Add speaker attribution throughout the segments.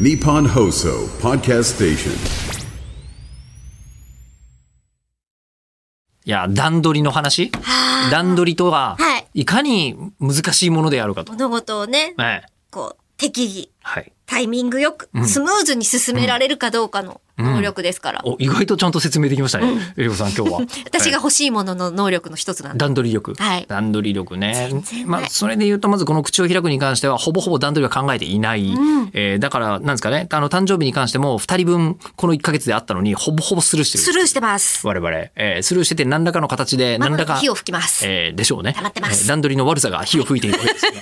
Speaker 1: Nippon Hoso Podcast Station.
Speaker 2: いや、段取りの話段取りとは、、
Speaker 3: はい
Speaker 2: かに難しいものであるかと。
Speaker 3: 物事をね、
Speaker 2: はい。
Speaker 3: こう、適宜、
Speaker 2: はい。
Speaker 3: タイミングよく、スムーズに進められるかどうかの能力ですから。。
Speaker 2: お、意外とちゃんと説明できましたね。えりこさん、今日は
Speaker 3: 私が
Speaker 2: は
Speaker 3: 欲しいものの能力の一つなん
Speaker 2: い
Speaker 3: だ。
Speaker 2: 段取り力。
Speaker 3: はい
Speaker 2: 段取り力ね
Speaker 3: 全然。ない
Speaker 2: まあ、それで言うと、まずこの口を開くに関しては、ほぼほぼ段取りは考えていない。えーだから、なんですかね、あの、誕生日に関しても、二人分、この1ヶ月であったのに、ほぼほぼスルーしてる。
Speaker 3: スルーしてます。
Speaker 2: 我々、えースルーしてて何らかの形で、
Speaker 3: ま
Speaker 2: 何
Speaker 3: も
Speaker 2: ら
Speaker 3: なく
Speaker 2: か、
Speaker 3: 火を吹きます。
Speaker 2: えーでしょうね。
Speaker 3: 溜まってます
Speaker 2: えー段取りの悪さが火を吹いているわけです ね。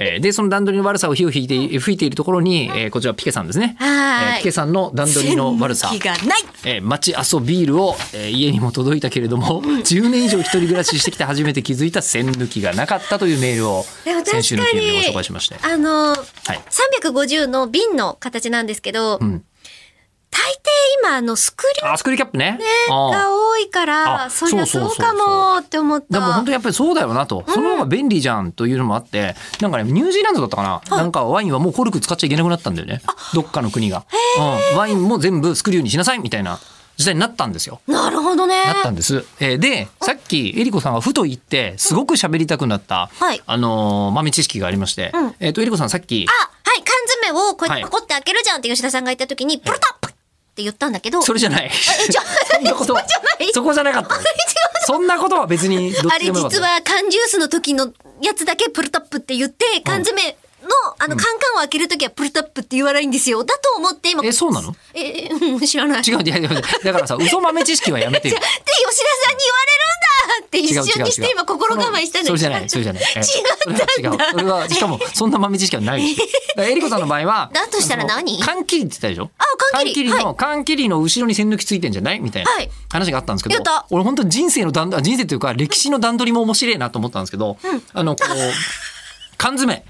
Speaker 2: えーで、その段取りの悪さを火を吹いてい、吹いているところに、えーこちらピケさんですね。
Speaker 3: はーい
Speaker 2: えーピケさんの段取りの悪さ
Speaker 3: 線。抜きがない
Speaker 2: えー、町阿蘇ビールを、えー家にも届いたけれども、10年以上一人暮らししてきて初めて気づいた線抜きがなかったというメールを
Speaker 3: でも確かに
Speaker 2: 先週の PM でご紹介しまして。
Speaker 3: あのー、
Speaker 2: はい
Speaker 3: 350の瓶の形なんですけど、
Speaker 2: ん
Speaker 3: 大抵今、あの、スクリュー
Speaker 2: あ、スクリューキャップね。あー
Speaker 3: が多いから、
Speaker 2: あ
Speaker 3: そり
Speaker 2: そ
Speaker 3: ゃ
Speaker 2: う
Speaker 3: そ
Speaker 2: そう
Speaker 3: う
Speaker 2: そうそう
Speaker 3: かもって思った。
Speaker 2: でも本当やっぱりそうだよなと、その方が便利じゃんというのもあってなんかねニュージーランドだったかな、なんかワインはもうコルク使っちゃいけなくなったんだよねどっかの国が、うん、ワインも全部スクリューにしなさいみたいな時代になったんですよ。
Speaker 3: なるほどね。
Speaker 2: なったんです、えーでさっきえりこさんがふと言ってすごく喋りたくなった、
Speaker 3: はい
Speaker 2: あのー豆知識がありまして、
Speaker 3: うん
Speaker 2: えっ、とえりこさんさっき
Speaker 3: あ、はい、缶詰をこうやっ
Speaker 2: はい
Speaker 3: てパコって開けるじゃんって吉田さんが言った時に、ポロタッって言ったんだけど、
Speaker 2: それじゃない
Speaker 3: えじゃあ
Speaker 2: そんなこと
Speaker 3: それじゃない
Speaker 2: そこじゃなかった
Speaker 3: あれ違う
Speaker 2: そんなことは別にどっ
Speaker 3: あ
Speaker 2: ち
Speaker 3: れ
Speaker 2: でもよかった
Speaker 3: 実は缶ジュースの時のやつだけプルタップって言って、缶詰の、あの、カンカンを開ける時はプルタップって言わないんですよ。だと思って今。
Speaker 2: えそうなの
Speaker 3: え、えうん知らない。
Speaker 2: 違ういやいやいやだからさ嘘豆知識はやめて
Speaker 3: じ
Speaker 2: よ
Speaker 3: ゃあで、吉田さんに言われるんだって一
Speaker 2: 違う違う
Speaker 3: 瞬にし
Speaker 2: 違
Speaker 3: て
Speaker 2: う
Speaker 3: 今心構えしたの
Speaker 2: そ
Speaker 3: に
Speaker 2: れじゃないそれじゃ ないえ
Speaker 3: 違ったんだ
Speaker 2: それは違うそれはしかもそんな豆知識はないですよだからえりこさんの場合は
Speaker 3: だとしたら何
Speaker 2: その缶切りって言ったでしょ
Speaker 3: あ缶切り
Speaker 2: 缶切りの缶切りの後ろに線抜きついてんじゃないみたいな
Speaker 3: はい
Speaker 2: 話があったんですけ
Speaker 3: や
Speaker 2: ど
Speaker 3: った
Speaker 2: 俺本当人生の段あ人生というか歴史の段取りも面白いなと思ったんですけどあのこう缶詰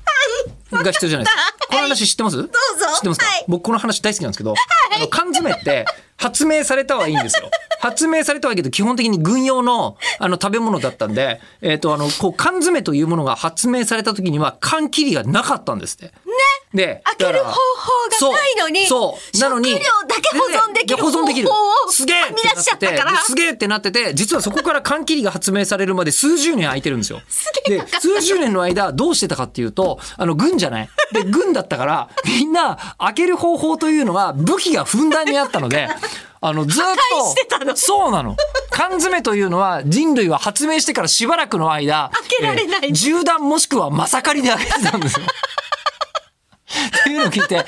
Speaker 2: が必要じゃないですかこの話知ってますどうぞ
Speaker 3: ぞ
Speaker 2: 知ってますか
Speaker 3: はい
Speaker 2: 僕この話大好きなんですけど、あの缶詰って発明されたはいいんですよ。発明されたはいいけど基本的に軍用のあの食べ物だったんで、えっ、とあのこう缶詰というものが発明された時には缶切りがなかったんですって。ね。で、
Speaker 3: 開ける
Speaker 2: だから
Speaker 3: 方法がないのに
Speaker 2: そうそうなのに
Speaker 3: 食料だけ保存できる
Speaker 2: 保存できる
Speaker 3: 方法を
Speaker 2: すげえ
Speaker 3: 編み出しちゃったか
Speaker 2: って
Speaker 3: ら
Speaker 2: なっててすげえってなってて実はそこから缶切りが発明されるまで数十年空いてるんですよ。で数十年の間どうしてたかっていうとあの軍じゃないで軍だったからみんな開ける方法というのは武器がふんだんにあったので。あのずっ
Speaker 3: 破壊してた
Speaker 2: と
Speaker 3: の
Speaker 2: そうなの缶詰というのは人類は発明してからしばらくの間
Speaker 3: 開けられない
Speaker 2: えー銃弾もしくはまさかりで開けてたん ですよ。っていうのを聞いて、おい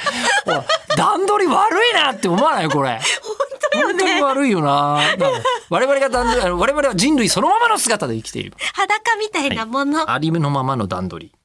Speaker 2: 段取り悪いなって思わないこれ。本当に悪いよな。だから我々が段取り、あの我々は人類そのままの姿で生きている。
Speaker 3: 裸みたいなもの。
Speaker 2: ありのままの段取り。